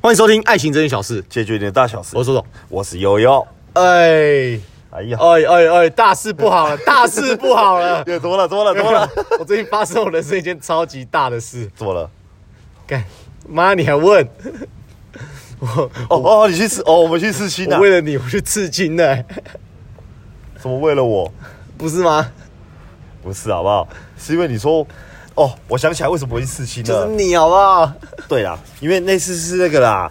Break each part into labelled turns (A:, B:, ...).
A: 欢迎收听《爱情这件小事》，
B: 解决你的大小事。
A: 我是说说，
B: 我是悠悠。
A: 哎
B: 哎呀，
A: 哎哎哎，大事不好
B: ！
A: 了，大事不好了
B: 又多了多了 多了
A: 我最近发生我人生一件超级大的事，
B: 怎么了？
A: 干妈你还问？
B: 哦哦，你去吃哦，我们去吃青
A: 我
B: 啊？
A: 为了你我去刺青了、
B: 什么为了我？
A: 不是吗？
B: 不是好不好？是因为你说哦，我想起来为什么会去吃青
A: 就
B: 了
A: 是。你好不好？
B: 对啦，因为那次是那个啦，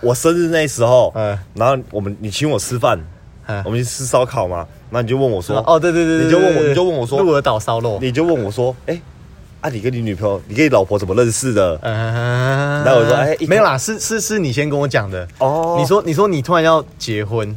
B: 我生日那时候，
A: 嗯
B: 然后我们你请我吃饭，
A: 嗯
B: 我们去吃烧烤嘛，然后你就问我说，
A: 哦，对对对对，
B: 你就问我
A: 对
B: 你就问我说
A: 鹿儿岛烧肉，
B: 你就问我说，哎、啊，你跟你女朋友，你跟你老婆怎么认识的？
A: 嗯，
B: 那我说哎一
A: 没有啦，是是是你先跟我讲的。
B: 哦
A: 你说你说你突然要结婚，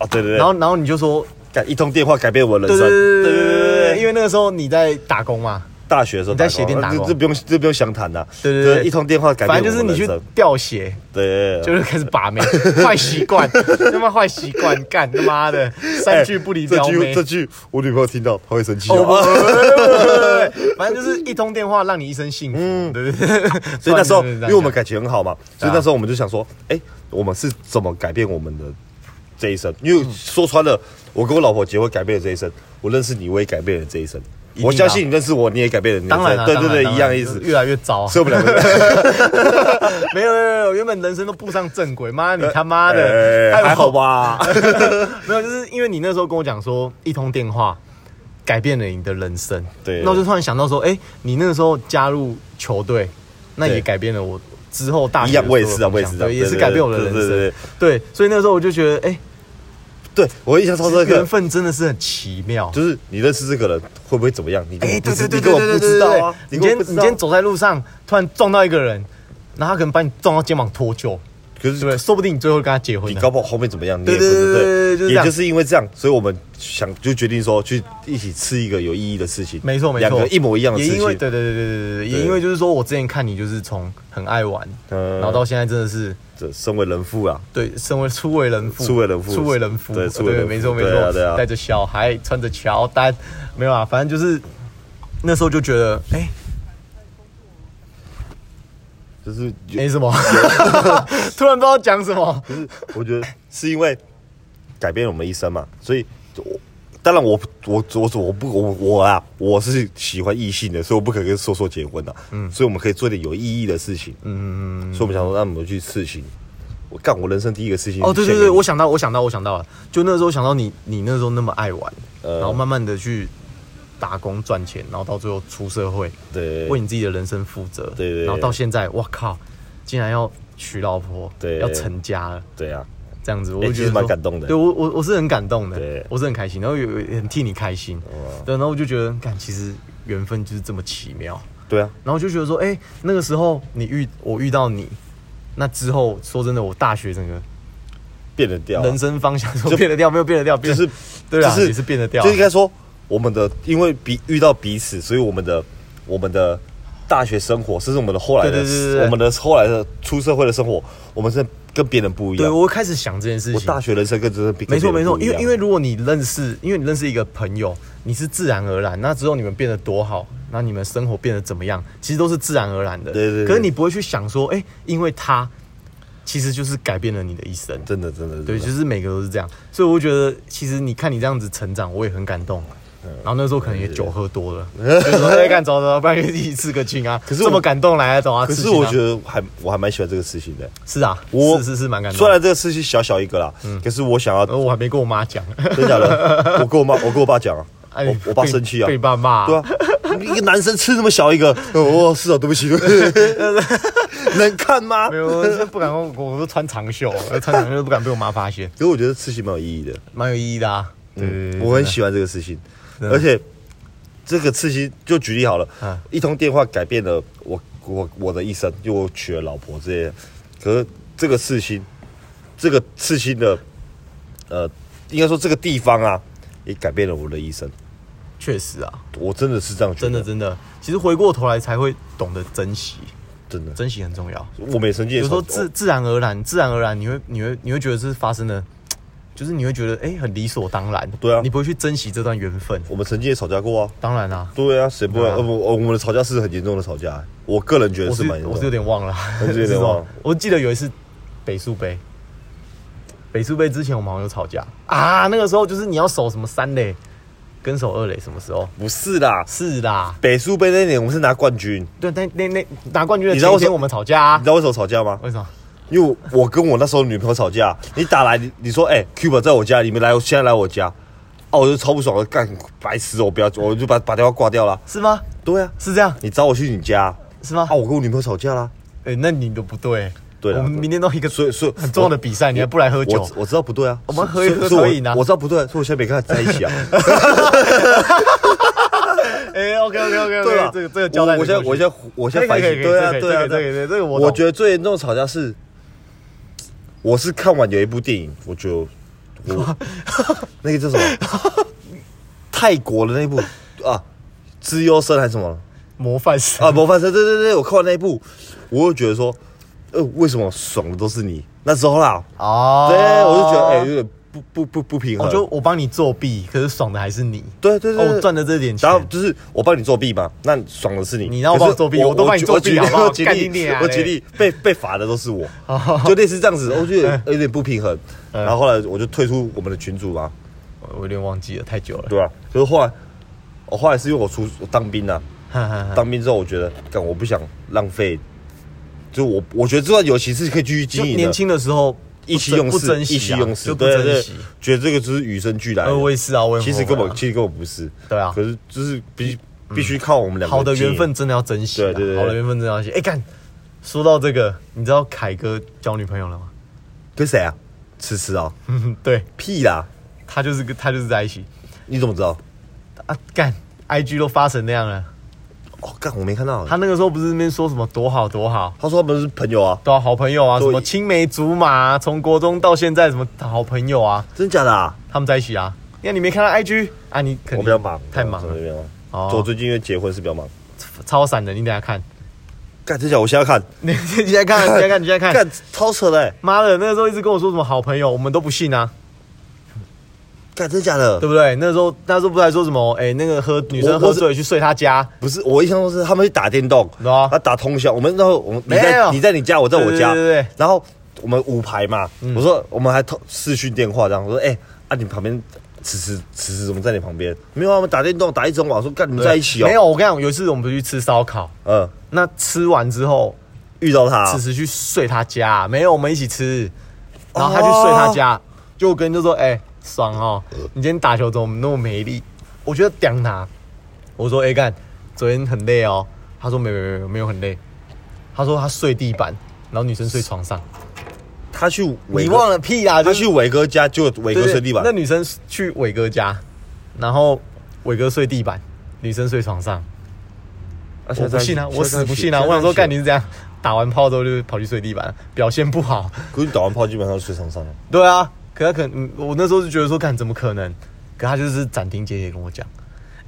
B: 哦，对对对，
A: 然后然后你就说，
B: 干一通电话改变我人
A: 对
B: 生，
A: 对对对
B: 对
A: 对
B: 对
A: 对，因为那个时候你在打工嘛，
B: 大学的时候
A: 你在
B: 打工呃
A: 鞋店打
B: 这
A: 工
B: 这不用这不用详谈的，
A: 对对
B: 就是
A: 对
B: 一通电话改变
A: 反
B: 我
A: 正就是你
B: 人
A: 去
B: 生
A: 掉血，
B: 对，
A: 就是开始把 妹，坏习惯，他妈坏习惯，干他妈的三句不离
B: 哎这
A: 撩
B: 句
A: 妹
B: 这。句我女朋友听到她会生气
A: 哦不不不不
B: 哦，
A: 不不不反正就是一通电话让你一身幸福， 嗯，对对对。
B: 所以那时候
A: 突然就是这样
B: 因为我们感情很好嘛，所以
A: 啊
B: 那时候我们就想说，哎，我们是怎么改变我们的这一生？因为说穿了，我跟我老婆结婚改变了这一生，我认识你我也改变了这一生，
A: 定啊
B: 我相信你认识我你也改变了你的
A: 当然
B: 人
A: 了，
B: 生，对
A: 当然
B: 对对，
A: 当然
B: 一样的意思。
A: 越来越糟啊。
B: 所以我们两个人
A: 没有没有没有，原本人生都步上正轨，妈你 他妈的，
B: 呃哎还好
A: 有？
B: 吧？
A: 没有，就是因为你那时候跟我讲说，一通电话改变了你的人生，
B: 对
A: 那我就突然想到说，哎，你那个时候加入球队，那也
B: 对
A: 改变了我之后大学
B: 一样我也
A: 所有
B: 是啊
A: 的
B: 我也
A: 方向
B: 是啊
A: 对
B: 对
A: 也是
B: 对
A: 改变我的
B: 对
A: 人
B: 对对
A: 生，对，所以那个时候我就觉得，哎，
B: 对我印象超深刻
A: 缘，分真的是很奇妙。
B: 就是你认识这个人会不会怎么样？你根
A: 哎，
B: 本不
A: 对
B: 知
A: 对对
B: 你根
A: 对
B: 本
A: 对
B: 不
A: 对
B: 知
A: 对
B: 道
A: 对
B: 啊！
A: 你
B: 根
A: 今
B: 本
A: 天
B: 不
A: 你
B: 知
A: 今
B: 道
A: 天走在路上，突然撞到一个人，然后他可能把你撞到肩膀脱臼，
B: 可
A: 对不对？
B: 是
A: 说不定你最后跟他结婚
B: 你
A: 呢。
B: 搞不好后面怎么样，你
A: 对
B: 也不知
A: 对对对对就是这
B: 也
A: 样
B: 就是因为这样，所以我们想就决定说去一起吃一个有意义的事情。
A: 没错没
B: 两
A: 错，
B: 个一模一样的
A: 也
B: 事
A: 因为
B: 情。
A: 对对对对对对，也
B: 对
A: 因为就是说我之前看你就是从很爱玩，
B: 嗯
A: 然后到现在真的是
B: 这身为人父啊，
A: 对身为初为人父，
B: 初为人父
A: 初为人父，
B: 对初为人父
A: 没错没错，
B: 对啊对啊
A: 带着小孩，穿着乔丹，没有啊，反正就是那时候就觉得哎
B: 就是有
A: 没什么， 突然不知道讲什么，
B: 就是 我觉得是因为改变了我们一生嘛，所以我当然我我我我不我我啊，我是喜欢异性的，所以我不可能跟硕硕结婚的、嗯，所以我们可以做点有意义的事情。嗯嗯嗯。所以我们想说，那我们去刺青。我干我人生第一个事情
A: 哦，对
B: 献
A: 对
B: 给
A: 对，
B: 你
A: 我想到，我想到，我想到了，就那时候想到你，你那时候那么爱玩，
B: 呃
A: 然后慢慢的去打工赚钱，然后到最后出社会，
B: 对
A: 为你自己的人生负责，
B: 对对
A: 然后到现在，哇靠，竟然要娶老婆，
B: 对
A: 要成家了。
B: 对啊，
A: 这样子，我就
B: 其
A: 觉
B: 实
A: 得
B: 蛮
A: 说
B: 感动的
A: 对我，我我是很感动的，
B: 对
A: 我是很开心，然后有有很替你开心，对，然后我就觉得，看，其实缘分就是这么奇妙。
B: 对啊，
A: 然后就觉得说，哎、那个时候你遇我遇到你，那之后说真的，我大学整个
B: 变得掉啊、
A: 人生方向说变得掉，没有变得掉，
B: 就
A: 变
B: 是
A: 对啊，
B: 就是
A: 也是变得掉啊，
B: 就应该说我们的因为彼遇到彼此，所以我们的我们的大学生活，甚至我们的后来的
A: 对对对对对
B: 我们的后来的出社会的生活，我们是跟别人不一
A: 对
B: 样。
A: 我开始想这件事
B: 我
A: 情
B: 大。学人生跟真的比
A: 没错没错，因为因为
B: 为
A: 如果你认识，因为你认识一个朋友，你是自然而然，那之后你们变得多好，那你们生活变得怎么样，其实都是自然而然的。
B: 对对对
A: 可是你不会去想说，哎、因为他，其实就是改变了你的一生。
B: 真的真的
A: 对，
B: 真
A: 就
B: 的
A: 是每个都是这样，所以我觉得其实你看你这样子成长，我也很感动。啊
B: 嗯
A: 然后那时候可能也酒喝多 了，就说哎干走走，不然一起刺个青啊。可
B: 是我
A: 这么感动来啊，走啊。
B: 可
A: 刺
B: 是
A: 青啊
B: 我觉得还我还蛮喜欢这个事情的。
A: 是啊，
B: 我
A: 是是是蛮感动。
B: 虽然这个事情小小一个啦，可是我想要
A: 呃我还没跟我妈讲，
B: 真假 的，我跟我妈我跟我爸讲啊，
A: 哎
B: 我我爸
A: 被
B: 生气啊，
A: 被爸骂。
B: 对啊， 一个男生吃那么小一个，哦，是啊，对不起， 对不起能看吗
A: 没？有，我是不敢跟我，我都穿长袖，我穿长袖不敢被我妈发现，
B: 可是我觉得刺青蛮有意义的，嗯
A: 蛮有意义的啊。对对对，
B: 我很喜欢这个事情，而且这个刺青就举例好了，
A: 嗯
B: 一通电话改变了我我我的一生，就我娶了老婆这些，可是这个刺青，这个刺青的，呃，应该说这个地方啊，也改变了我的一生，
A: 确实啊，
B: 我真的是这样觉得，
A: 真的真的，其实回过头来才会懂得珍惜，
B: 真的，
A: 珍惜很重要。
B: 我每生气的
A: 有时候
B: 我
A: 自自然而然，自然而然，你会你会你会觉得是发生了就是你会觉得哎、诶很理所当然，
B: 对啊
A: 你不会去珍惜这段缘分。
B: 我们曾经也吵架过啊。
A: 当然啦、
B: 对啊，谁不会？
A: 对啊
B: 呃，我我我们的吵架是很严重的吵架，我个人觉得
A: 我
B: 是
A: 是
B: 蛮严重
A: 我
B: 的。
A: 是有点忘了，
B: 我是有点忘了
A: 是什么我记得有一次北苏杯，北苏杯之前我们好像有吵架啊，那个时候就是你要守什么三垒，跟守二垒，什么时候？
B: 不是啦，
A: 是啦，
B: 北苏杯那年我们是拿冠军，你
A: 对，那那那拿冠军的
B: 你知道
A: 前一
B: 为什
A: 天
B: 么
A: 我们吵架、啊
B: 知，道为什么吵架吗？
A: 为什么？
B: 因为我跟我那时候女朋友吵架，你打来，你你说哎、c u b a 在我家，你们来，我现在来我家，哦、我就超不爽，我就干白痴，我不要，我就把把电话挂掉了。
A: 是吗？
B: 对啊，
A: 是这样
B: 你找我去你家，
A: 是吗
B: 啊，？我跟我女朋友吵架啦，
A: 哦哎、那你都不对。
B: 对啦
A: 我们明天都一个
B: 所以所以
A: 很重要的比赛，你还不来喝酒
B: 我？我知道不对啊，
A: 我们喝一喝
B: 所以所以
A: 可以呢
B: 我我知道不对，所以我现在没跟她在一起啊。
A: 哎，OK OK OK，
B: 对吧？
A: 这个这个交代
B: 我
A: 得
B: 我现在
A: 过
B: 我
A: 去
B: 现在我现在反
A: 可以可，以
B: 省对啊
A: 可以
B: 对啊
A: 这个可以
B: 对啊
A: 这个可以这个我
B: 我
A: 懂
B: 觉得最严重的吵架是，我是看完有一部电影，我就我那个叫什么泰国的那部啊，资优生还是什么
A: 模范生
B: 啊？模范生，对对对，我看完那一部，我又觉得说，呃，为什么爽的都是你？那时候啦，
A: 哦
B: 对，我就觉得哎、有点不不不不平衡，
A: 我就我帮你作弊，可是爽的还是你。
B: 对对对
A: 哦，
B: 对
A: 我赚的这点钱
B: 然后，就是我帮你作弊嘛，那爽的是你，
A: 你让我帮我作弊
B: 可是
A: 我都帮你作弊
B: 我举
A: 好不好
B: 我举
A: 干你
B: 例，
A: 娘嘞欸哦
B: 我举例被被罚的都 是我，就类似这样子，我觉
A: 嗯
B: 得有点不平衡。然后后来我就退出我们的群组嘛，
A: 我我有点忘记了，太久了。
B: 对吧？可是后来我后来是因为我出我当兵了、啊
A: 哈哈哈
B: 当兵之后我觉得，干我不想浪费，就我我觉得这段友情是可以继续
A: 就
B: 经营的，
A: 年轻的时候不
B: 意气
A: 珍
B: 用
A: 不
B: 事，
A: 珍惜啊，
B: 意气用事，
A: 就不
B: 对对
A: 珍惜
B: 对。，觉得这个就是与生俱来的。
A: 呃，我也是啊，我也
B: 其实
A: 很后
B: 根
A: 悔啊
B: 本其实根本不是，
A: 对啊嗯
B: 可是就是必必须靠我们两个
A: 好的
B: 经
A: 缘
B: 营
A: 分真的要珍惜啊，
B: 对对对
A: 好的缘分真的要珍惜。哎，干，说到这个，你知道凯哥交女朋友了吗？
B: 跟谁啊？吃吃啊？
A: 嗯，对
B: 屁啦！
A: 他就是跟他就是在一起
B: 你怎么知道？
A: 啊，干，IG 都发成那样了。
B: 哦，干，我没看到。
A: 他
B: 他
A: 那个时候不是那边说什么多好多好，
B: 他说他们是朋友啊，
A: 对啊，好朋友啊，
B: 对
A: 什么青梅竹马、啊，从国中到现在什么好朋友啊，
B: 真假的啊？
A: 他们在一起啊。你看你没看到 IG 啊？你肯定
B: 我比较忙，啊
A: 太忙
B: 我
A: 了
B: 比，较忙。
A: 哦
B: 我最近因为结婚是比较忙。
A: 超闪的。你等一下看，
B: 干，真假？我现在看，
A: 你现在看，你现在看，你现在看。
B: 干超扯的欸，
A: 妈的，那个时候一直跟我说什么好朋友，我们都不信啊，
B: 干真假的
A: 对？不对？那时候那时候不是还说什么，哎、那个喝女生
B: 我
A: 喝醉去睡他家，
B: 不是，我印象中是他们去打电动，
A: 对啊
B: 他打通宵。我们那时候我们你
A: 没有
B: 在你在你家，我在我家，
A: 对嗯对对对
B: 然后我们五排嘛，我说我们还通视讯电话这样，我说哎、啊你旁边此时此时怎么在你旁边？没有啊，我们打电动打一整晚，我说干你们在一起哦，
A: 没有，我跟你讲，有一次我们不是去吃烧烤，
B: 嗯，
A: 那吃完之后，
B: 遇到他啊
A: 此时去睡他家，没有我们一起吃，然后他去睡他家，就我跟就说，哎、爽哦，你今天打球怎么那么没力？我觉得屌他，我说，哎、干，昨天很累哦，他说没没没没有很累，他说他睡地板，然后女生睡床上，
B: 他去伟
A: 你
B: 哥
A: 忘了屁啦，
B: 他
A: 就是
B: 去伟哥家，就伟
A: 对
B: 哥
A: 对
B: 睡地板
A: 那，女生去伟哥家，然后伟哥睡地板，女生睡床上，
B: 我
A: 我不信啊，我死不信啊！我想说，干你，是这样，打完炮之后就跑去睡地板，表现不好，
B: 可是打完炮基本上睡床上了，
A: 对啊，可他可能我那时候就觉得说，看怎么可能？可他就是斩钉截铁跟我讲，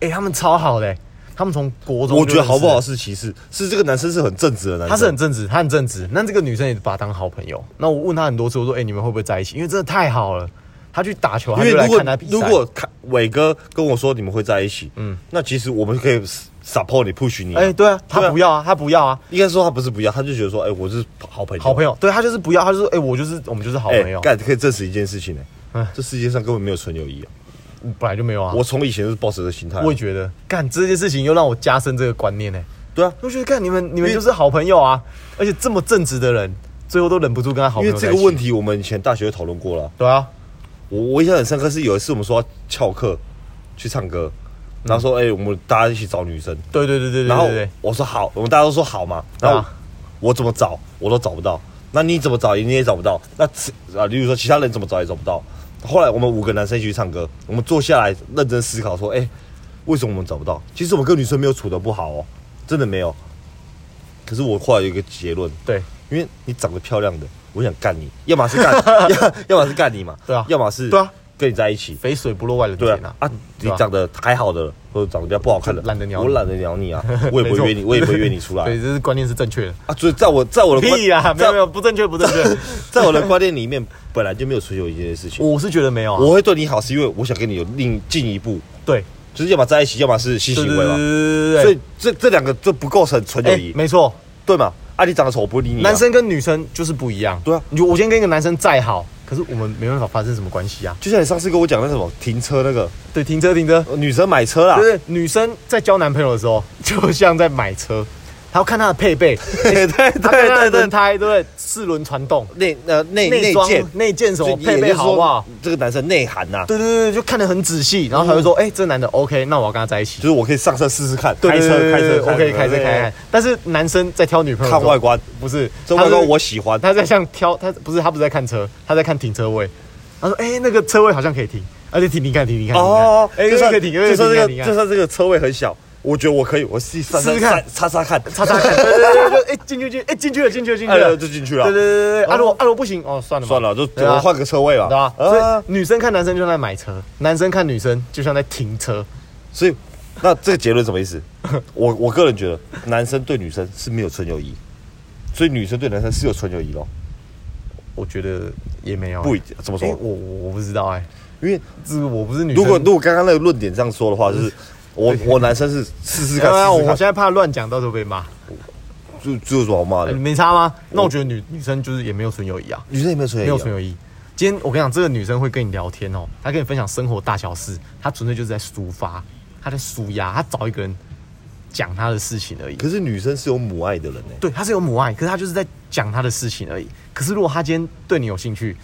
A: 哎、他们超好的、他们从国中
B: 我
A: 就
B: 觉得
A: 认识
B: 好不好是其次，是这个男生是很正直的男生，
A: 他是很正直，他很正直。那这个女生也把他当好朋友。那我问他很多次，我说：“哎、你们会不会在一起？”因为真的太好了。他去打球，他
B: 因
A: 就
B: 为
A: 来
B: 如
A: 看他
B: 果
A: 比赛。
B: 如果看伟哥跟我说你们会在一起，嗯，那其实我们可以 support 你 push 你、啊，
A: 哎、对啊，他不要啊，他不要啊，
B: 应该说他不是不要，他就觉得说，哎、我是好朋友，
A: 好朋友，对他就是不要，他就说：“哎、我就是我们就是好
B: 哎
A: 朋友。
B: 干、可以证实一件事情呢、哎
A: 嗯
B: 这世界上根本没有纯友谊啊！
A: 本来就没有啊。
B: 我从以前就是抱持的心态啊、
A: 我也觉得，干这件事情又让我加深这个观念呢、
B: 对啊，
A: 我觉得干你们，你们就是好朋友啊，而且这么正直的人，最后都忍不住跟他好
B: 因
A: 朋友
B: 为这
A: 在一
B: 个
A: 起。
B: 问题我们以前大学就讨论过了啊、
A: 对啊，
B: 我我印象很深刻是有一次我们说要翘课去唱歌，然后说哎、我们大家一起找女生，
A: 对对嗯对对对
B: 然后
A: 对对，
B: 我说好，我们大家都说好嘛，然后
A: 啊
B: 我怎么找我都找不到，那你怎么找你也找不到，那其啊，例如说其他人怎么找也找不到。后来我们五个男生一起去唱歌，我们坐下来认真思考说，哎、为什么我们找不到？其实我们跟女生没有处的不好哦，真的没有。可是我后来有一个结论，
A: 对
B: 因为你长得漂亮的，我想干你，要么是干， 要要么是干你嘛，
A: 对啊
B: 要么是
A: 对啊，
B: 跟你在一起，
A: 肥水不落外人
B: 对
A: 田
B: 啊
A: 啊，，
B: 啊，你
A: 对啊
B: 长得还好的，或者长得比较不好看的，
A: 懒得鸟你
B: 我懒得 鸟你啊，我也不会约你，我也不会约你出来
A: 对，这是观念是正确的。
B: 啊。所以在我在我的观
A: 屁呀，没有没
B: 在
A: 有不正确不正确，
B: 在我的观念里面，本来就没有追求一件事情。
A: 我是觉得没有、啊，
B: 我会对你好，是因为我想跟你有另进一步，
A: 对，
B: 就是要么在一起，要么是性
A: 对对
B: 行为
A: 对
B: 嘛。
A: 对对
B: 所
A: 对
B: 以这这两个就不构成纯友
A: 对，哎、
B: 谊，
A: 没错，
B: 对吗？啊，你长得丑，我不会理你啊。
A: 男生跟女生就是不一样。
B: 对啊
A: 你就我今天跟一个男生再好，可是我们没办法发生什么关系啊。
B: 就像你上次跟我讲那什么停车那个，
A: 对，停车停车，
B: 呃女生买车啦
A: 就，是女生在交男朋友的时候， 就像在买车，她要看她的配备，
B: 对对
A: 她看她的
B: 对对
A: 轮
B: 对，
A: 胎，对不对？四轮传动，
B: 内呃内内
A: 内装
B: 建
A: 内建什
B: 就
A: 么
B: 也
A: 配
B: 就
A: 备
B: 是
A: 好不好
B: 说？这个男生内涵呐，
A: 对对对，对就看得很仔细，然后才会说，哎、这男的 OK，那我要跟他在一起
B: 就。是我可以上车试试看，
A: 对
B: 开车开车
A: 我可以开车
B: 对
A: 开开。但是男生在挑女朋友的
B: 看
A: 时候
B: 外观，
A: 不是，
B: 这
A: 他
B: 外
A: 是
B: 观我喜欢，
A: 他在像挑，他不是他不是在看车，他在看停车位。他说：“哎、那个车位好像可以停，而且停停看，停停看，停停看
B: 哦，
A: 哎、
B: 就
A: 这个
B: 算
A: 可以停，
B: 就
A: 这
B: 算
A: 个
B: 这
A: 可以
B: 个
A: 停，
B: 就算这个车位很小，我觉得我可以，我试试
A: 试试看
B: 擦擦看，
A: 擦擦看，对对对，就哎进去进，哎进去了，进去了，进去
B: 哎
A: 了，
B: 就进去了
A: 对对对对对，啊如果啊如果不行，哦算了吧
B: 算了，就
A: 对啊
B: 我换个车位吧，
A: 对吧？所
B: 啊，
A: 以女生看男生就像在买车，男生看女生就像在停车。
B: 所以那这个结论什么意思？我我个人觉得，男生对女生是没有纯友谊，所以女生对男生是有纯友谊咯。
A: 我觉得也没有，
B: 不一定怎么说
A: 哎我我我不知道哎，
B: 因为
A: 这个我不是女生。嗯
B: 如果如果刚刚那个论点这样说的话，就是我我男生是试试看，
A: 对啊，
B: 试
A: 我
B: 试
A: 我现
B: 看，
A: 在怕乱讲，到时候被骂，
B: 就就说我妈
A: 哎
B: 的，
A: 没差吗？那我觉得女女生就是也没有纯友谊啊。
B: 女生也没有纯
A: 没
B: 友
A: 有
B: 谊
A: 纯
B: 啊，
A: 友谊。今天我跟你讲，这个女生会跟你聊天哦，她跟你分享生活大小事，她纯粹就是在抒发，她在抒压，她找一个人讲她的事情而已。
B: 可是女生是有母爱的人欸呢。
A: 对，她是有母爱，可是她就是在讲她的事情而已。可是如果她今天对你有兴趣，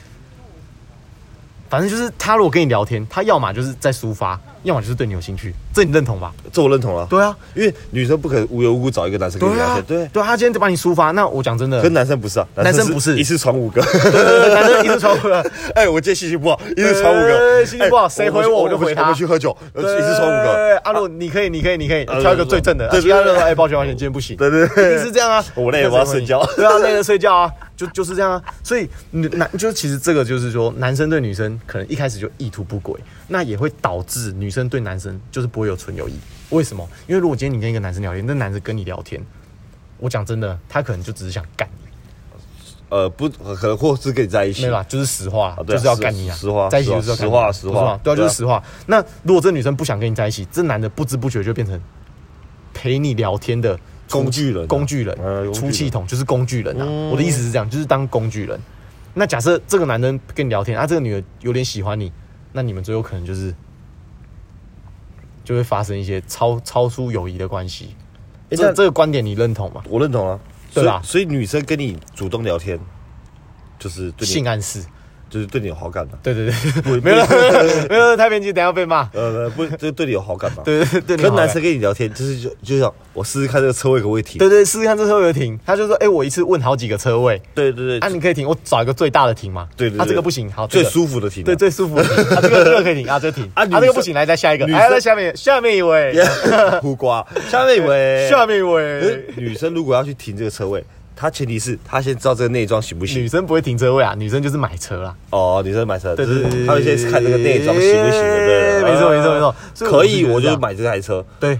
A: 反正就是她如果跟你聊天，她要么就是在抒发，要么就是对你有兴趣，这你认同吧？
B: 这我认同了。
A: 对啊，
B: 因为女生不可能无缘无故找一个男生跟你聊
A: 啊
B: 天，，对。
A: 对啊，她今天在帮你抒发，那我讲真的
B: 可，是 男生不是啊，
A: 男生不是
B: 一次传五个。
A: 呃男生一直传回来，
B: 哎，我今天心情不好，一次传五个。
A: 对心情不好
B: 哎
A: 谁回我
B: 我
A: 我就
B: 们
A: 回他
B: 我们去喝酒，呃一次传五
A: 对对
B: 个。
A: 对对阿洛，你可以，你可以，你可以
B: 啊
A: 挑一个最正的，
B: 对
A: 对
B: 对
A: 其他人
B: 对
A: 说哎，抱歉，抱歉，今天不行，
B: 对对对
A: 一定是这样啊。
B: 我累了我要睡觉
A: 对啊，累了睡觉啊，就就是这样啊。所以女男就其实这个就是说，男生对女生可能一开始就意图不轨，那也会导致女生对男生就是不会有纯友谊。为什么？因为如果今天你跟一个男生聊天，那男生跟你聊天，我讲真的，他可能就只是想干你。
B: 呃，不，可能或是跟你在一起
A: 没有。啦，就是实话，
B: 对
A: 就
B: 啊
A: 是要干你啊，
B: 实实话
A: 在一起就是要干你啊
B: 实话实
A: 不是
B: 话
A: 吗对啊，
B: 对啊
A: 就是实话。那如果这女生不想跟你在一起，这男的不知不觉就变成陪你聊天的出
B: 工具人啊
A: 工具
B: 呃工
A: 人，
B: 具
A: 出气
B: 人嗯
A: 筒就是工具人啊。我的意思是这样，就是当工具人。那假设这个男人跟你聊天啊，这个女的有点喜欢你，那你们最有可能就是就会发生一些超超出友谊的关系。
B: 哎
A: 这
B: 那
A: 这个观点你认同吗？
B: 我认同啊，
A: 对
B: 所以
A: 吧
B: 所以女生跟你主动聊天，就是对
A: 性
B: 你，
A: 暗示，
B: 就是对你有好感啊
A: 对
B: 的。
A: 对对， 没有 了没有了，太偏激，等一下被骂。
B: 呃，不，就对你有好感嘛。
A: 对对对，对你
B: 可是
A: 好感
B: 男生跟你聊天，就是就就想我试试看这个车位可不可以停。
A: 对对，试试看这车位停。他就说，哎、我一次问好几个车位，
B: 对对
A: 啊，
B: 对，
A: 你可以停，我找一个最大的停嘛。
B: 对对对
A: 啊，这个不行，好，
B: 最
A: 这个
B: 舒服的停啊。
A: 对最舒服的停，啊，这个这个可以停，啊，这个停，
B: 啊
A: 啊，
B: 女
A: 这个
B: 生
A: 不行，来再下一个，哎
B: 女
A: 来
B: 生
A: 来下面下面一位，
B: 胡瓜，下面一位，
A: 下面一
B: 可是
A: 位。
B: 女生如果要去停这个车位，她前提是她先知道这个内装行不行
A: 女。生不会停车位啊，女生就是买车啦。
B: 哦，女生买车，
A: 对
B: 就
A: 对对
B: 是
A: 对
B: 她会先看这个内装行不行的，对不对
A: 没错没错没错
B: 啊
A: 所以我
B: 可
A: 是觉
B: 以，
A: 得
B: 我
A: 这
B: 就
A: 样
B: 买这台车。
A: 对，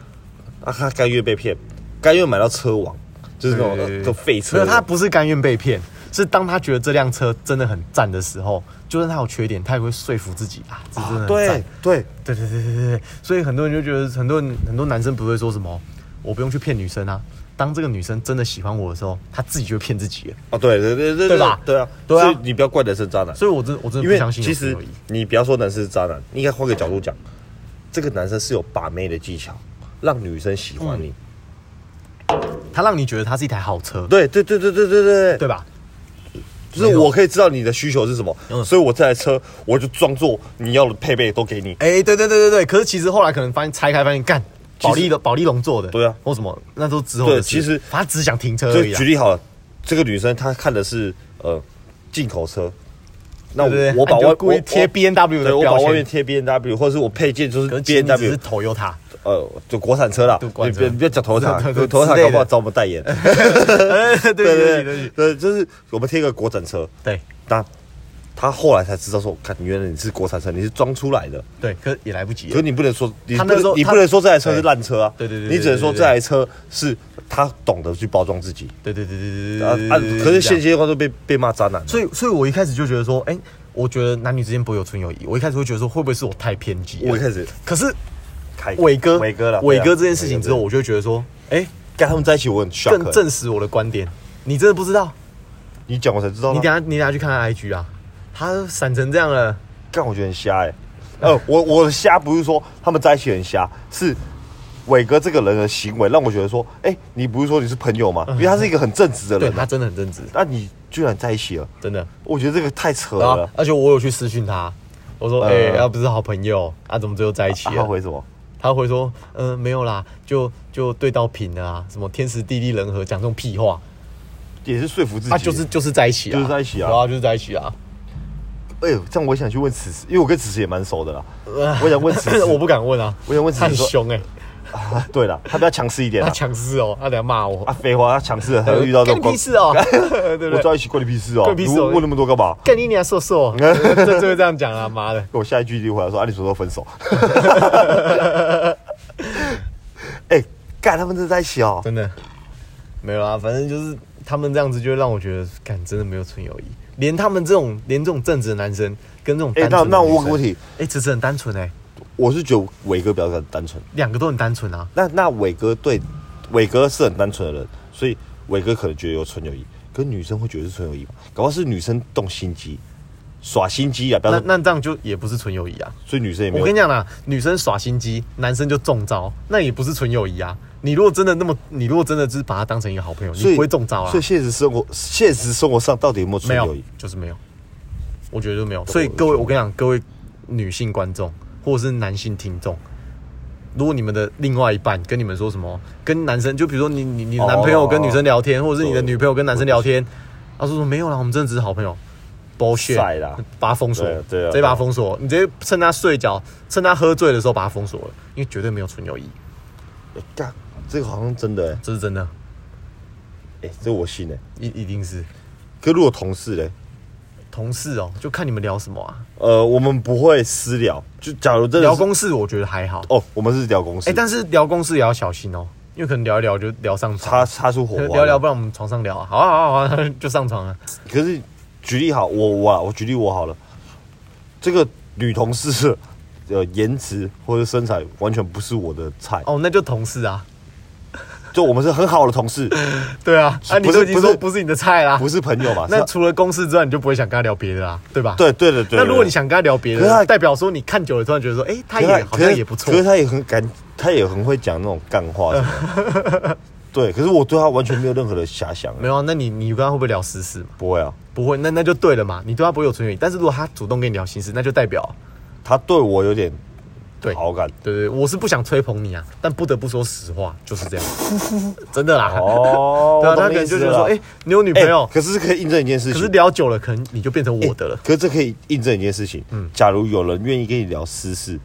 B: 啊，她甘愿被骗，甘愿买到车王，就是那种
A: 对
B: 那种废
A: 没
B: 车。
A: 有，他不是甘愿被骗，是当他觉得这辆车真的很赞的时候，就算他有缺点，他也会说服自己啊，这真的很赞
B: 哦对。对，
A: 对对对对对对，所以很多人就觉得，很多人很多男生不会说什么，我不用去骗女生啊。当这个女生真的喜欢我的时候，她自己就会骗自己了。
B: 哦对对对对
A: 对吧
B: 对啊，
A: 对啊
B: 所以你不要怪男生渣男，
A: 所以我真我真的
B: 因
A: 不
B: 为
A: 相信有
B: 其
A: 纯
B: 实
A: 友谊。
B: 你不要说男生是渣男，你应该换个角度讲，这个男生是有把妹的技巧，让女生喜欢你。
A: 嗯他让你觉得他是一台好车，
B: 对对对对对对对
A: 对吧？
B: 就是我可以知道你的需求是什么，
A: 嗯
B: 所以我这台车我就装作你要的配备都给你。
A: 哎、对对对对对。可是其实后来可能发现拆开发现，干
B: 其实
A: 保利的保利龙做的，
B: 对啊
A: 或什么那都之后的
B: 对
A: 事
B: 其实
A: 他只想停车
B: 就
A: 而已啊
B: 举。例好了，这个女生她看的是呃进口车，那我
A: 对对对
B: 我
A: 啊
B: 把
A: 你就
B: 外
A: 故意
B: 我哦
A: 贴 B&W 的
B: 对，我把
A: 标签
B: 外面贴 B N W，或者是我配件就是
A: 可是
B: B
A: 其实
B: N
A: 你只是
B: W，
A: 头油塔，
B: 呃，就国产车啦，
A: 对国产
B: 你
A: 车
B: 别你别讲 头产，
A: 对对对
B: 头产
A: 之类的
B: 搞不好找我们代言。
A: 对 对对
B: 对对对
A: 对
B: 对，就是我们贴个国产车，
A: 对
B: 那他后来才知道说，看原来你是国产车，你是装出来的。
A: 对，可是也来不及
B: 可
A: 了。
B: 是你不能说，你
A: 他
B: 不
A: 那时
B: 能
A: 候
B: 你
A: 他哎
B: 不能说这台车是烂车啊，
A: 对对对对
B: 你只能说这台车是他懂得去包装自己
A: 对对对对对
B: 啊
A: 对
B: 啊
A: 对对！对
B: 可
A: 这
B: 是
A: 样
B: 现阶段都被被骂渣男了，
A: 所以，所以我一开始就觉得说，哎、我觉得男女之间不会有纯友谊。我一开始会觉得说，会不会是我太偏激了？
B: 我一开始
A: 可是
B: 凯
A: 伟哥，
B: 伟哥了，
A: 伟
B: 对
A: 哥
B: 啊
A: 这件事情之后，
B: 伟啊
A: 我就会觉得说，哎，
B: 哥跟他们在一起我很 shock，
A: 更证实我的观点。你真的不知道？
B: 你讲我才知道啊，
A: 你等下你等下去看看 IG 啊，他闪成这样了。
B: 干，我觉得很瞎哎、呃，我我的瞎不是说他们在一起很瞎，是伟哥这个人的行为让我觉得说，哎、你不是说你是朋友吗？因为他是一个很正直的
A: 嗯对
B: 人、
A: 他
B: 啊，
A: 真的很正直，
B: 那你居然在一起了，
A: 真的。
B: 我觉得这个太扯
A: 然
B: 了
A: 后。，而且我有去私讯他，我说：“
B: 嗯
A: 哎、要不是好朋友，啊，怎么最后在一起
B: 啊
A: 了？”
B: 他回什么？
A: 他会说：“嗯、没有啦，就就对到平了啊，什么天时地利人和，讲这种屁话，
B: 也是说服自己。
A: 啊，就是就是在一起啊，
B: 就是在一起啊
A: 对啊，就是在一起啊。
B: 哎呦，这样我想去问此时，因为我跟此时也蛮熟的啦。我想问 此时，
A: 呃我不敢问啊，
B: 我想问此
A: 他
B: 时
A: 很
B: 说，
A: 凶哎、
B: 啊对了，他比较强势一点
A: 他
B: 啦。
A: 强势哦，他等下骂我，
B: 啊，废话，他强势，他会遇到这
A: 干
B: 种
A: 你
B: 光
A: 屁，事哦， 对不
B: 我
A: 对？
B: 在一起关你屁事哦！
A: 关你
B: 你
A: 屁事哦
B: 问那么多干嘛？
A: 干你娘瘦 瘦，这就会这样讲啊，妈的，
B: 我下一句一定回来说：“啊，你什么时候 分手？”哎、干他们真的在一起哦！
A: 真的没有啊，反正就是他们这样子，就会让我觉得，干真的没有纯友谊，连他们这种连这种正直的男生跟这种
B: 哎、
A: 单
B: 那
A: 纯的
B: 那我
A: 女
B: 问个
A: 生
B: 问，题，
A: 哎、其实很单纯哎、
B: 我是觉得伟哥比较单纯。
A: 两个都很单纯啊。
B: 那那伟哥对伟哥是很单纯的人，所以伟哥可能觉得有纯友谊，可是女生会觉得是纯友谊吗？搞不好是女生动心机，耍心机啊！不要
A: 那
B: 说，
A: 那这样就也不是纯友谊啊！
B: 所以女生也没
A: 我
B: 有
A: 跟你讲啦，女生耍心机，男生就中招，那也不是纯友谊啊！你如果真的那么，你如果真的只是把他当成一个好朋友，你
B: 所以
A: 不会中招啊
B: 所以！现实生活，现实生活上到底有没有
A: 没
B: 纯友
A: 有
B: 谊？，
A: 就是没有，我觉得就没有。所以各位，我跟你讲，各位女性观众或者是男性听众，如果你们的另外一半跟你们说什么，跟男生就比如说你你你的男朋友跟女生聊天，或者是你的
B: 哦对
A: 女朋友跟男生聊天，他说说没有啦，我们真的只是好朋友。bullshit，
B: 晒啦
A: 把他封锁
B: 对啊，对啊
A: 直接把他封锁，你直接趁他睡觉、趁他喝醉的时候把他封锁了，因为绝对没有纯友谊，
B: 哎干、这个好像真的哎、
A: 这是真的，
B: 哎、这我信哎、
A: 一一定是
B: 可如果同事嘞？
A: 同事哦，就看你们聊什么啊，
B: 呃，我们不会私聊，就假如真的
A: 聊
B: 是
A: 公事我觉得还好，
B: 哦，我们是聊公司，
A: 哎、但是聊公事也要小心哦，因为可能聊一聊就聊上床，
B: 擦擦出火花
A: 聊聊，不然我们床上聊啊，好啊好啊好啊， 就上床了。
B: 可是举例好，我我啊，我举例我好了，这个女同事 的颜值或者身材完全不是我的菜，
A: 哦，那就同事啊，
B: 就我们是很好的同事，
A: 对啊，啊，你
B: 不是
A: 都已经
B: 不是
A: 说不是你的菜啦，
B: 不是朋友嘛？
A: 那
B: 是啊
A: 除了公事之外，你就不会想跟他聊别的啦，对吧？。
B: 对对对对。
A: 那如果
B: 对
A: 你，想跟他聊别
B: 可是他
A: 的，代表说你看久了，突然觉得说，哎、他
B: 对可
A: 也
B: 是
A: 好像
B: 可是
A: 也不错
B: 可，是他也很敢，他也很会讲那种干 话什么的。对，可是我对他完全没有任何的遐想，
A: 没有啊？那你你跟他会不会聊私事嘛？
B: 不会啊，
A: 不会，那那就对了嘛，你对他不会有存疑。但是如果他主动跟你聊心事，那就代表
B: 他对我有点
A: 对
B: 好感。
A: 对对，我是不想吹捧你啊，但不得不说实话，就是 这样，真的啦。
B: 哦，
A: 对啊，
B: 我
A: 他可
B: 懂你
A: 能
B: 意思
A: 就觉得
B: 了
A: 说，哎、哎你有女朋
B: 哎，
A: 友，
B: 可是可以印证一件事
A: 可
B: 情，啊
A: 是聊久了，可能你就变成我的了。
B: 可是这可以印证一件事情，
A: 嗯
B: 假如有人愿意跟你聊私事，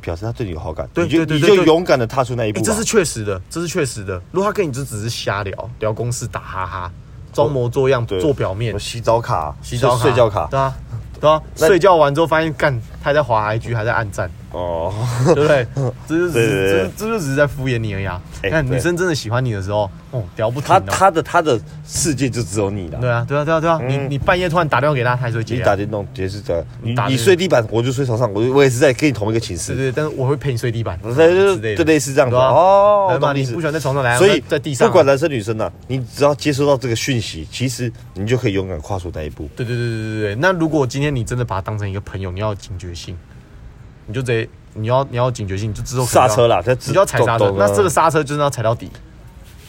B: 表示他对你有好感，
A: 对
B: 你就
A: 对对
B: 你
A: 对
B: 就
A: 对
B: 勇敢的踏出那一步
A: 哎、
B: 吧。
A: 这是确实的，这是确实的。如果他跟你就只是瞎聊，聊公事打哈哈，装模作样
B: 对
A: 做表面
B: 什么，洗澡卡、啊
A: 洗澡卡、
B: 睡觉卡
A: 对啊，对啊。
B: 那
A: 睡觉完之后发现，干他还在滑 IG，还在暗赞，
B: 哦，
A: 对不嗯对？这就只
B: 对
A: 是
B: 对对
A: 这这就只是在敷衍你而已啊。
B: 哎
A: 看
B: 对
A: 女生真的喜欢你的时候，哦，聊不停
B: 他
A: 哦。
B: 他的他的世界就只有你了。
A: 对啊，对啊，对啊，对啊。你你半夜突然打电话给他，他还是会
B: 你
A: 接啊。
B: 打电动也是这样，你
A: 打
B: 你
A: 电
B: 睡地板，我就睡床上，我就我也是在跟你同一个寝
A: 对
B: 室，
A: 对，但是我会陪你睡地板，
B: 嗯对
A: 之
B: 对
A: 类
B: 对，
A: 的
B: 就类似这样子
A: 对啊
B: 哦。
A: 对
B: 我
A: 嘛
B: 懂你意
A: 你
B: 思
A: 不喜欢在床上来，
B: 所以
A: 在地上啊，
B: 不管男生女生呐，你只要接收到这个讯息，其实你就可以勇敢跨出那一步。
A: 对对对对对对。那如果今天你真的把他当成一个朋友，你要有警觉性，你就直接你要你要有警觉性，你就之后可能
B: 刹
A: 要
B: 车啦，他只
A: 你就要踩刹车
B: 懂。懂
A: 那这个刹车就是要踩到底，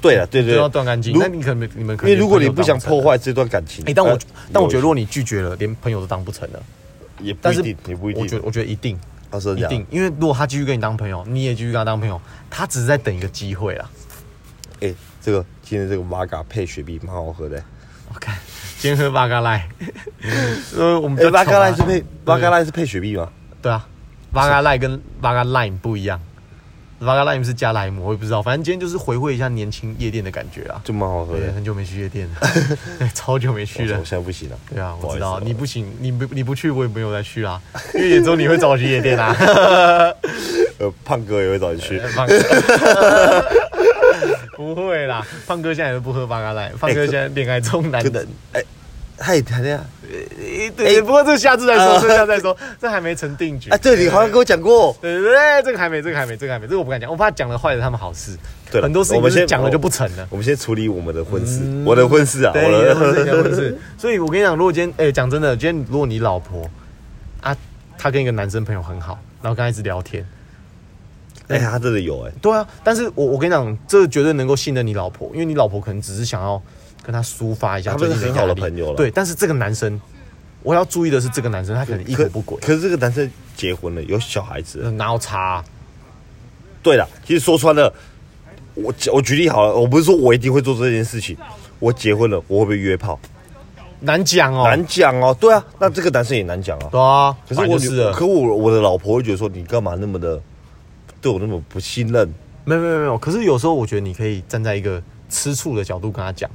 B: 对了，对
A: 就
B: 对，
A: 要断干净。
B: 如
A: 那你可能你们可
B: 因
A: 能
B: 为如果你
A: 朋友
B: 不想
A: 当成了
B: 破，坏这段感情，
A: 哎，但我
B: 呃
A: 但我觉得如果你拒绝了，连朋友都当不成了。
B: 也不
A: 但
B: 一
A: 是
B: 定，也不一
A: 我觉
B: 定
A: 得，我觉得一定
B: 他是这
A: 一
B: 样啊
A: 定，因为如果他继续跟你当朋友，你也继续跟他当朋友，他只是在等一个机会啦。
B: 哎、这个今天这个玛嘎配雪碧蛮好喝的、
A: 我看今天喝八嘎赖，呃，我们
B: 哎、
A: 就
B: 欸，玛嘎赖是配玛嘎赖是配雪碧吗？
A: 对啊，八嘎赖跟八嘎 lime 不一样，八嘎 lime 是加莱姆，我也不知道，反正今天就是回味一下年轻夜店的感觉啊。
B: 就蛮好喝
A: 对，
B: 的。哦
A: 很久没去夜店了， 对，超久没去
B: 我
A: 了
B: 我。现在不行了。
A: 对啊，
B: 不
A: 我
B: 好
A: 知
B: 意思
A: 道
B: 啊
A: 你不行，你不你不去，我也没有再去啦。因为演奏你会找我去夜店 啊。
B: 呃，胖哥也会找你去。
A: 胖哥 不会啦，哎胖哥现在也不喝八嘎赖，胖哥现在恋爱中男
B: 真
A: 人
B: 的，哎、他也谈恋爱，
A: 诶对，不过这下次再说，这下次再说，哎 这还没成定局
B: 哎，对你好像跟我讲过，
A: 对对对，这个还没，这个还没，这个还没，这个我不敢讲，我怕讲了坏了他们好事。
B: 对了
A: 很多事
B: 我
A: 情
B: 们
A: 就是
B: 先
A: 讲了就不成了。
B: 我们先处理我们的婚事，我的婚事啊，
A: 嗯对，
B: 我
A: 结婚是
B: 的
A: 结婚是。所以我跟你讲，如果今天，哎，讲真的，今天如果你老婆啊，她跟一个男生朋友很好，然后跟她一直聊天，
B: 哎，他真的有哎，
A: 对啊，但是我我跟你讲，这绝对能够信任你老婆，因为你老婆可能只是想要跟她抒发一下
B: 他
A: 最
B: 们是
A: 近的
B: 很好的
A: 压力
B: 朋友了
A: 对，但是这个男生，我要注意的是，这个男生他可能一
B: 可
A: 头不轨，
B: 可是这个男生结婚了，有小孩子了，
A: 哪有差啊、
B: 对了，其实说穿了，我我举例好了，我不是说我一定会做这件事情。我结婚了，我会不会约炮？
A: 难讲哦。
B: 难讲哦。对啊，那这个男生也难讲啊。
A: 对啊，
B: 可是
A: 反正
B: 我
A: 就
B: 女
A: 是了
B: 可我我的老婆会觉得说，你干嘛那么的对我那么不信任？
A: 没有没有没有，可是有时候我觉得你可以站在一个吃醋的角度跟他讲，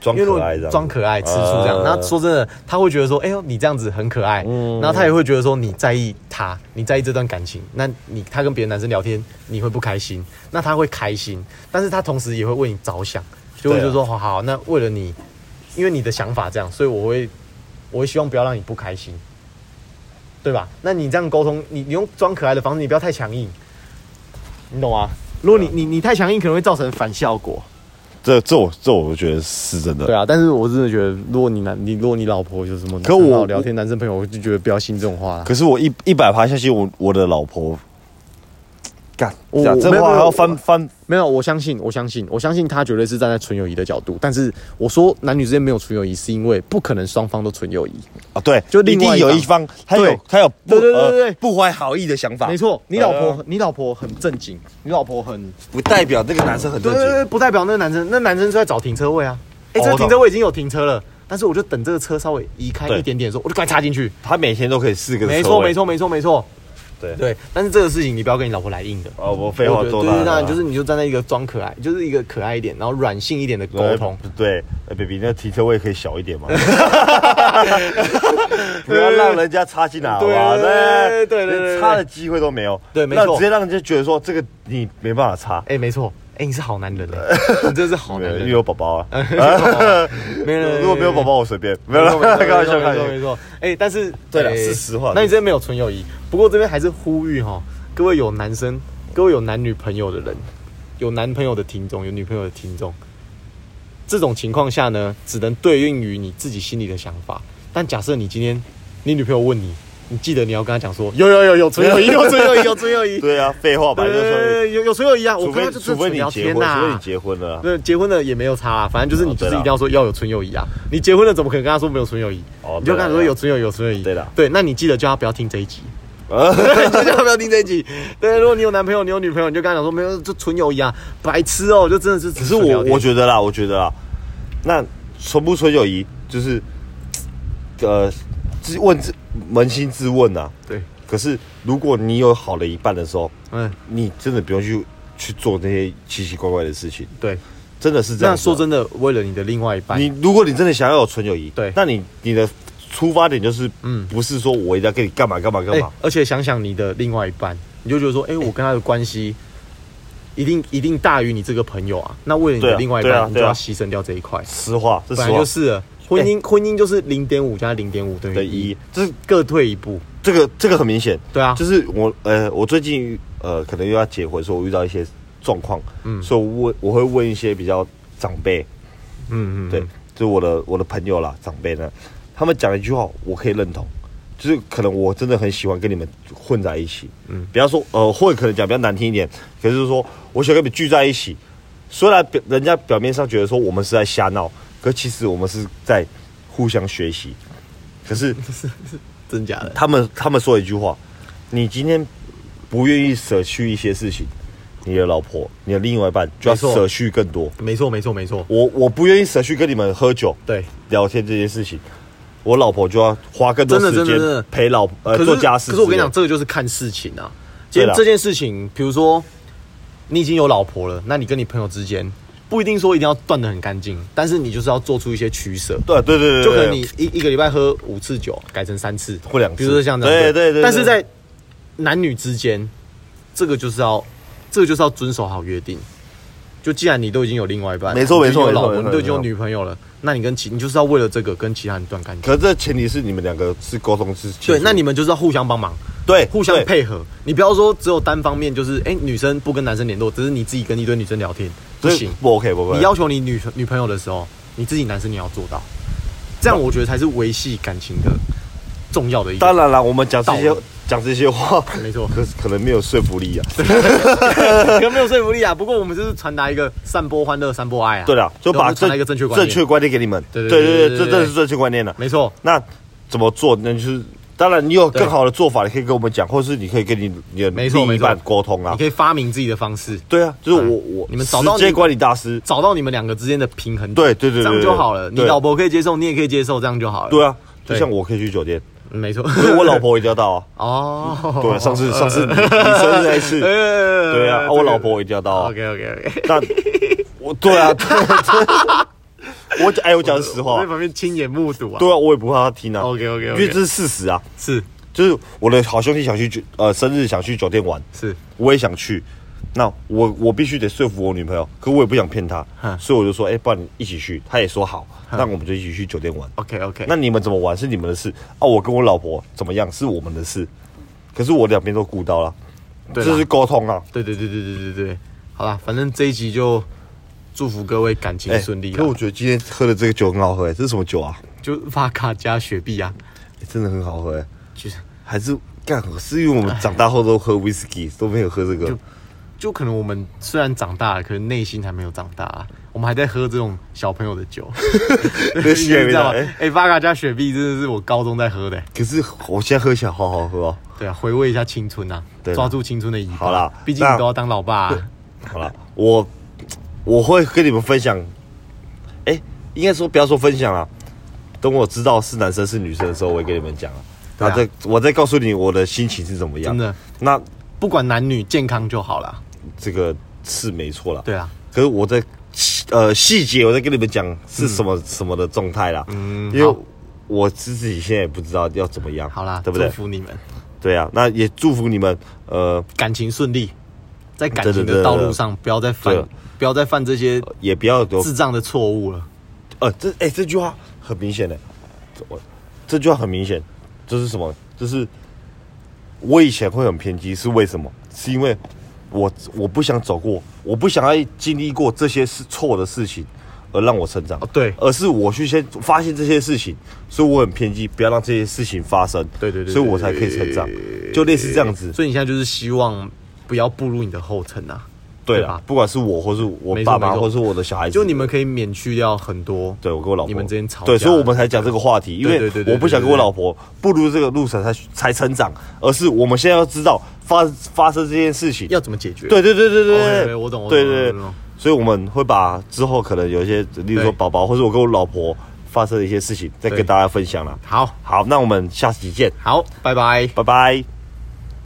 B: 装
A: 因为如
B: 可
A: 果
B: 爱这样子，
A: 装可爱吃醋这样，
B: 啊
A: 那说真的，他会觉得说，哎呦你这样子很可爱，
B: 嗯
A: 然后他也会觉得说你在意他，你在意这段感情，那你他跟别的男生聊天你会不开心，那他会开心，但是他同时也会为你着想，就会
B: 对啊
A: 就说好好，那为了你，因为你的想法这样，所以我会我会希望不要让你不开心，对吧？那你这样沟通，你你用装可爱的方式，你不要太强硬，你懂吗？如果你你你太强硬，可能会造成反效果。
B: 这这我这我觉得是真的。
A: 对啊，但是我真的觉得，如果你男你如果你老婆有什么
B: 可我
A: 很好聊天男生朋友，我就觉得不要信这种话啦。
B: 可是我一一百趴下去，我我的老婆干
A: 哦我
B: 讲这
A: 没有
B: 话还
A: 没有
B: 要翻翻
A: 没有，我相信，我相信，我相信他绝对是站在纯友谊的角度。但是我说男女之间没有纯友谊，是因为不可能双方都纯友谊。
B: 啊？对，
A: 就
B: 一
A: 另
B: 定
A: 外一
B: 有
A: 方
B: 一方他
A: 对
B: 有他有不
A: 对对对
B: 呃
A: 对对
B: 不怀好意的想法，
A: 没错，你老
B: 哎呀
A: 婆，你老婆很正经，你老婆很
B: 不代表那个男生很
A: 对
B: 正
A: 对
B: 经。
A: 对，不代表那个男生，那男生是在找停车位啊。哎、这
B: 哦我
A: 个
B: 懂
A: 停车位已经有停车了，但是我就等这个车稍微移开
B: 对
A: 一点点的时候，我就赶快插进去。
B: 他每天都可以四个
A: 没
B: 车
A: 错，
B: 位
A: 没，错，没错，没错。
B: 对
A: 对，但是这个事情你不要跟你老婆来硬的。
B: 哦，我废
A: 我
B: 话
A: 觉得
B: 多
A: 对
B: 大
A: 对，当
B: 了啊
A: 然就是你就站在一个装可爱，就是一个可爱一点，然后软性一点的沟通。
B: 呃对呃，baby，那停车位可以小一 点嘛， 不要让人家插进来，好
A: 对对
B: 吧？
A: 对对对对
B: 连插的机会都没有，
A: 对没
B: 那
A: 错
B: 直接让人家觉得说这个你没办法插，
A: 哎，没错，哎，你是好男人 哎，你真是好男
B: 对，因
A: 人
B: 为。有宝宝 啊，
A: 没有没有
B: 如果没有宝，宝我随便，没有
A: 没
B: 啦
A: 错，
B: 开玩笑，开
A: 没
B: 玩
A: 错
B: 笑
A: 没。错。哎，但是
B: 对啦
A: 哎
B: 是实话
A: 那你真的没有纯友谊。不过这边还是呼吁哈，各位有男生、各位有男女朋友的人，有男朋友的听众，有女朋友的听众，这种情况下呢，只能对应于你自己心里的想法。但假设你今天你女朋友问你，你记得你要跟她讲说，有有有有纯友谊，有纯友谊，有纯友谊。
B: 对啊，废话吧，就说，
A: 对，有有纯友谊啊，我
B: 除
A: 跟
B: 非
A: 他就
B: 除非你
A: 聊
B: 结
A: 天
B: 婚，除非你
A: 呐。
B: 结婚了啊，
A: 对，结婚了也没有差啦，反正就是你
B: 哦
A: 就
B: 对啦
A: 是一定要说要有纯友谊啊。你结婚了怎么可能跟他说没有纯友谊？
B: 哦
A: 你就
B: 对啦
A: 跟他
B: 对
A: 说
B: 啦
A: 有纯友谊，有纯友谊。
B: 对啦
A: 对，那你记得叫他不要听这 一集，
B: 呃
A: 对，你就叫他不要听这一集。对，如果你有男朋友，你有女朋友，你就跟他讲说没有，就纯友谊啊，白痴哦，就真的是只
B: 可是我我觉得啦，我觉得啦，那纯不纯友谊就是，呃，自问自扪心自问呐、啊。
A: 对，
B: 可是如果你有好的一半的时候，
A: 嗯，
B: 你真的不用去去做那些奇奇怪怪的事情，
A: 对。
B: 真的是这样。
A: 那
B: 啊
A: 说，真的，为了你的另外一半，
B: 你如果你真的想要有纯友谊，
A: 对
B: 那你你的出发点就是，嗯
A: 嗯，
B: 不是说我一定要跟你干嘛干嘛干
A: 哎、
B: 嘛，
A: 而且想想你的另外一半，你就觉得说，哎、我跟他的关系一定一定大于你这个朋友啊。那为了你
B: 对
A: 的
B: 啊
A: 另外一
B: 对
A: 半，
B: 啊
A: 你就
B: 对啊
A: 要牺牲掉这一块，
B: 实话，这实
A: 哎本来就
B: 话
A: 是了婚姻、婚姻就是零点五加零点五等
B: 的
A: 于
B: 一
A: 一，，就是各退一步。
B: 这个这个很明显，
A: 对啊
B: 就是我呃，我最近呃，可能又要结婚，所以我遇到一些状况，嗯，所以我问我会问一些比较长辈，
A: 嗯嗯，
B: 对，就我的我的朋友啦，长辈呢，他们讲一句话，我可以认同，就是可能我真的很喜欢跟你们混在一起，嗯，比方说呃，或者可能讲比较难听一点，可是说我喜欢跟你们聚在一起，虽然表人家表面上觉得说我们是在瞎闹，可其实我们是在互相学习，可是。
A: 真假的。
B: 他们他们说一句话：你今天不愿意舍去一些事情，你的老婆、你的另外一半就要
A: 没错
B: 舍去更多。
A: 没错，没错，没错。
B: 我我不愿意舍去跟你们喝酒、
A: 对，
B: 聊天这件事情，我老婆就要花更多
A: 真的
B: 时
A: 真的真
B: 间
A: 的
B: 陪老呃
A: 可
B: 做
A: 是
B: 家
A: 可
B: 事之类
A: 是
B: 的。
A: 我跟你讲，这个就是看事情啊。今
B: 对
A: 天
B: 啦
A: 这件事情，比如说你已经有老婆了，那你跟你朋友之间不一定说一定要断得很干净，但是你就是要做出一些取舍。
B: 对对对对，
A: 就可能
B: 对
A: 你一一个礼拜喝五次酒，改成三次
B: 或两次
A: 比如说像这样，
B: 对对对对
A: 但是在男女之间，这个就是要这个就是要遵守好约定。就既然你都已经有另外一半了，
B: 没错
A: 你都已经有
B: 没错
A: 老
B: 没
A: 婆，
B: 错
A: 你都已经有
B: 没错
A: 女朋友了，那你跟其你就是要为了这个跟其他人断干净。
B: 可是这前提是你们两个是沟通是清楚
A: 对，那你们就是要互相帮忙，
B: 对
A: 互相
B: 对
A: 配合。你不要说只有单方面，就是哎、女生不跟男生联络，只是你自己跟一堆女生聊天，不
B: 所以
A: 行。
B: 不 OK 不 OK，
A: 你要求你女女朋友的时候，你自己男生你要做到，这样我觉得才是维系感情的重要的一个。
B: 当然啦，我们讲这些
A: 道理
B: 讲这些话，
A: 没错，
B: 可可能没有说服力啊。
A: 可能没有说服力啊。不过我们就是传达一个散播欢乐、散播爱啊。
B: 对了，就
A: 我
B: 把
A: 们传
B: 正
A: 达一个正确观
B: 正
A: 念。
B: 确观念给你们。
A: 对对
B: 对
A: 对对
B: 这
A: 对
B: 这
A: 对
B: 是正确观念了。啊
A: 没错，
B: 那怎么做？那就是当然，你有更好的做法，你可以跟我们讲，或是你可以跟你你的
A: 没错
B: 另一
A: 没错
B: 半沟通啊
A: 你可。以发明自己的方式，
B: 对啊，就是我
A: 嗯
B: 我
A: 你们找到
B: 时间
A: 你
B: 管理大师。
A: 找到你们两个之间的平衡点。
B: 对对对对
A: 这样就好了。
B: 对
A: 你老婆可以接受，你也可以接受，这样就好了。
B: 对啊，就
A: 对
B: 像我可以去酒店，
A: 嗯，没错。
B: 可是我老婆一定要到啊。
A: 哦，
B: 对啊，上次上次你你生日那一次，
A: 呃
B: 对啊，啊我老。婆一定要到啊。
A: OK OK OK。
B: 那我对啊， 对啊对啊我哎，我讲实话
A: 我在，旁边亲眼目睹啊。
B: 对啊，我也不怕他听啊。
A: OK，OK，OK
B: 因为这是事实啊。
A: 是
B: 就是我的好兄弟想去酒呃生日想去酒店玩，
A: 是，
B: 我也想去，那我我必须得说服我女朋友，可我也不想骗她，
A: 嗯
B: 所以我就说，哎、不然你一起去，她也说好，那我们就一起去酒店玩。
A: OK OK，
B: 那你们怎么玩是你们的事啊，我跟我老婆怎么样是我们的事，可是我两边都顾到了，
A: 对啦
B: 这是沟通啊。
A: 对对对对对对对，好啦，反正这一集就祝福各位感情
B: 哎
A: 顺利
B: 可
A: 啦
B: 我，觉得今天喝的这个酒很好喝、哎这是什么酒啊？
A: 就发卡加雪碧啊，
B: 哎真的很好喝、哎
A: 就是
B: 还是干？是因为我们长大后都喝 whisky，都没有喝这个
A: 就。就可能我们虽然长大了，可是内心还没有长大、啊，我们还在喝这种小朋友的酒，
B: 那
A: 你
B: 心 还没
A: 知道吗？
B: 到哎
A: 哎、发卡加雪碧真的是我高中在喝的、
B: 可是我现在喝起来好好喝哦、
A: 对啊，回味一下青春啊，
B: 对啦
A: 抓住青春的尾巴，
B: 好啦
A: 毕竟
B: 那
A: 你都要当老爸、啊，
B: 好了，我我会跟你们分享。哎、应该说不要说分享了，等我知道是男生是女生的时候，我会跟你们讲了。
A: 对
B: 然
A: 啊
B: 后再我再告诉你我的心情是怎么样。
A: 真的，
B: 那
A: 不管男女，健康就好啦。
B: 这个是没错了。
A: 对啊，
B: 可是我在呃细节，我再跟你们讲是什么、什么的状态啦。嗯，因为
A: 嗯好
B: 我自己现在也不知道要怎么样。
A: 好啦，
B: 对不对
A: 祝？福你们
B: 对啊，那也祝福你们。呃，
A: 感情顺利，在感
B: 对对
A: 情
B: 对对
A: 的道路上不要再
B: 对呃
A: 犯，不要再犯这些
B: 也不要有
A: 智障的错误了。
B: 呃，这哎、这句话很明显的，我这句话很明显，这是什么？就是我以前会很偏激，是为什么？是因为我我不想走过，我不想要经历过这些事错的事情，而让我成长。
A: 哦对
B: 而是我去先发现这些事情，所以我很偏激，不要让这些事情发生。
A: 对对对对
B: 所以我才可以成长，就类似这样子。
A: 所以你现在就是希望不要步入你的后尘啊。
B: 对
A: 对
B: 啦
A: 吧，
B: 不管是我，或是我
A: 没错
B: 爸妈，
A: 没错
B: 或是我的小孩子，
A: 就你们可以免去掉很多。
B: 对我跟我老婆
A: 你们之间吵架
B: 对，所以我们才讲这个话题，因
A: 对
B: 为
A: 对对对
B: 我不想跟我老婆步入这个路上才才成长，而是我们现在要知道发发生这件事情，
A: 要怎么解决？
B: 对对对对对
A: 哦
B: 对
A: 对我懂我懂
B: 对对
A: 我懂
B: 对
A: 我懂，
B: 所以我们会把之后可能有一些，例如
A: 对
B: 说宝宝或者我跟我老婆发生的一些事情，再跟
A: 对
B: 大家分享了。
A: 好，
B: 好，那我们下期见，
A: 好，拜拜。
B: 拜拜。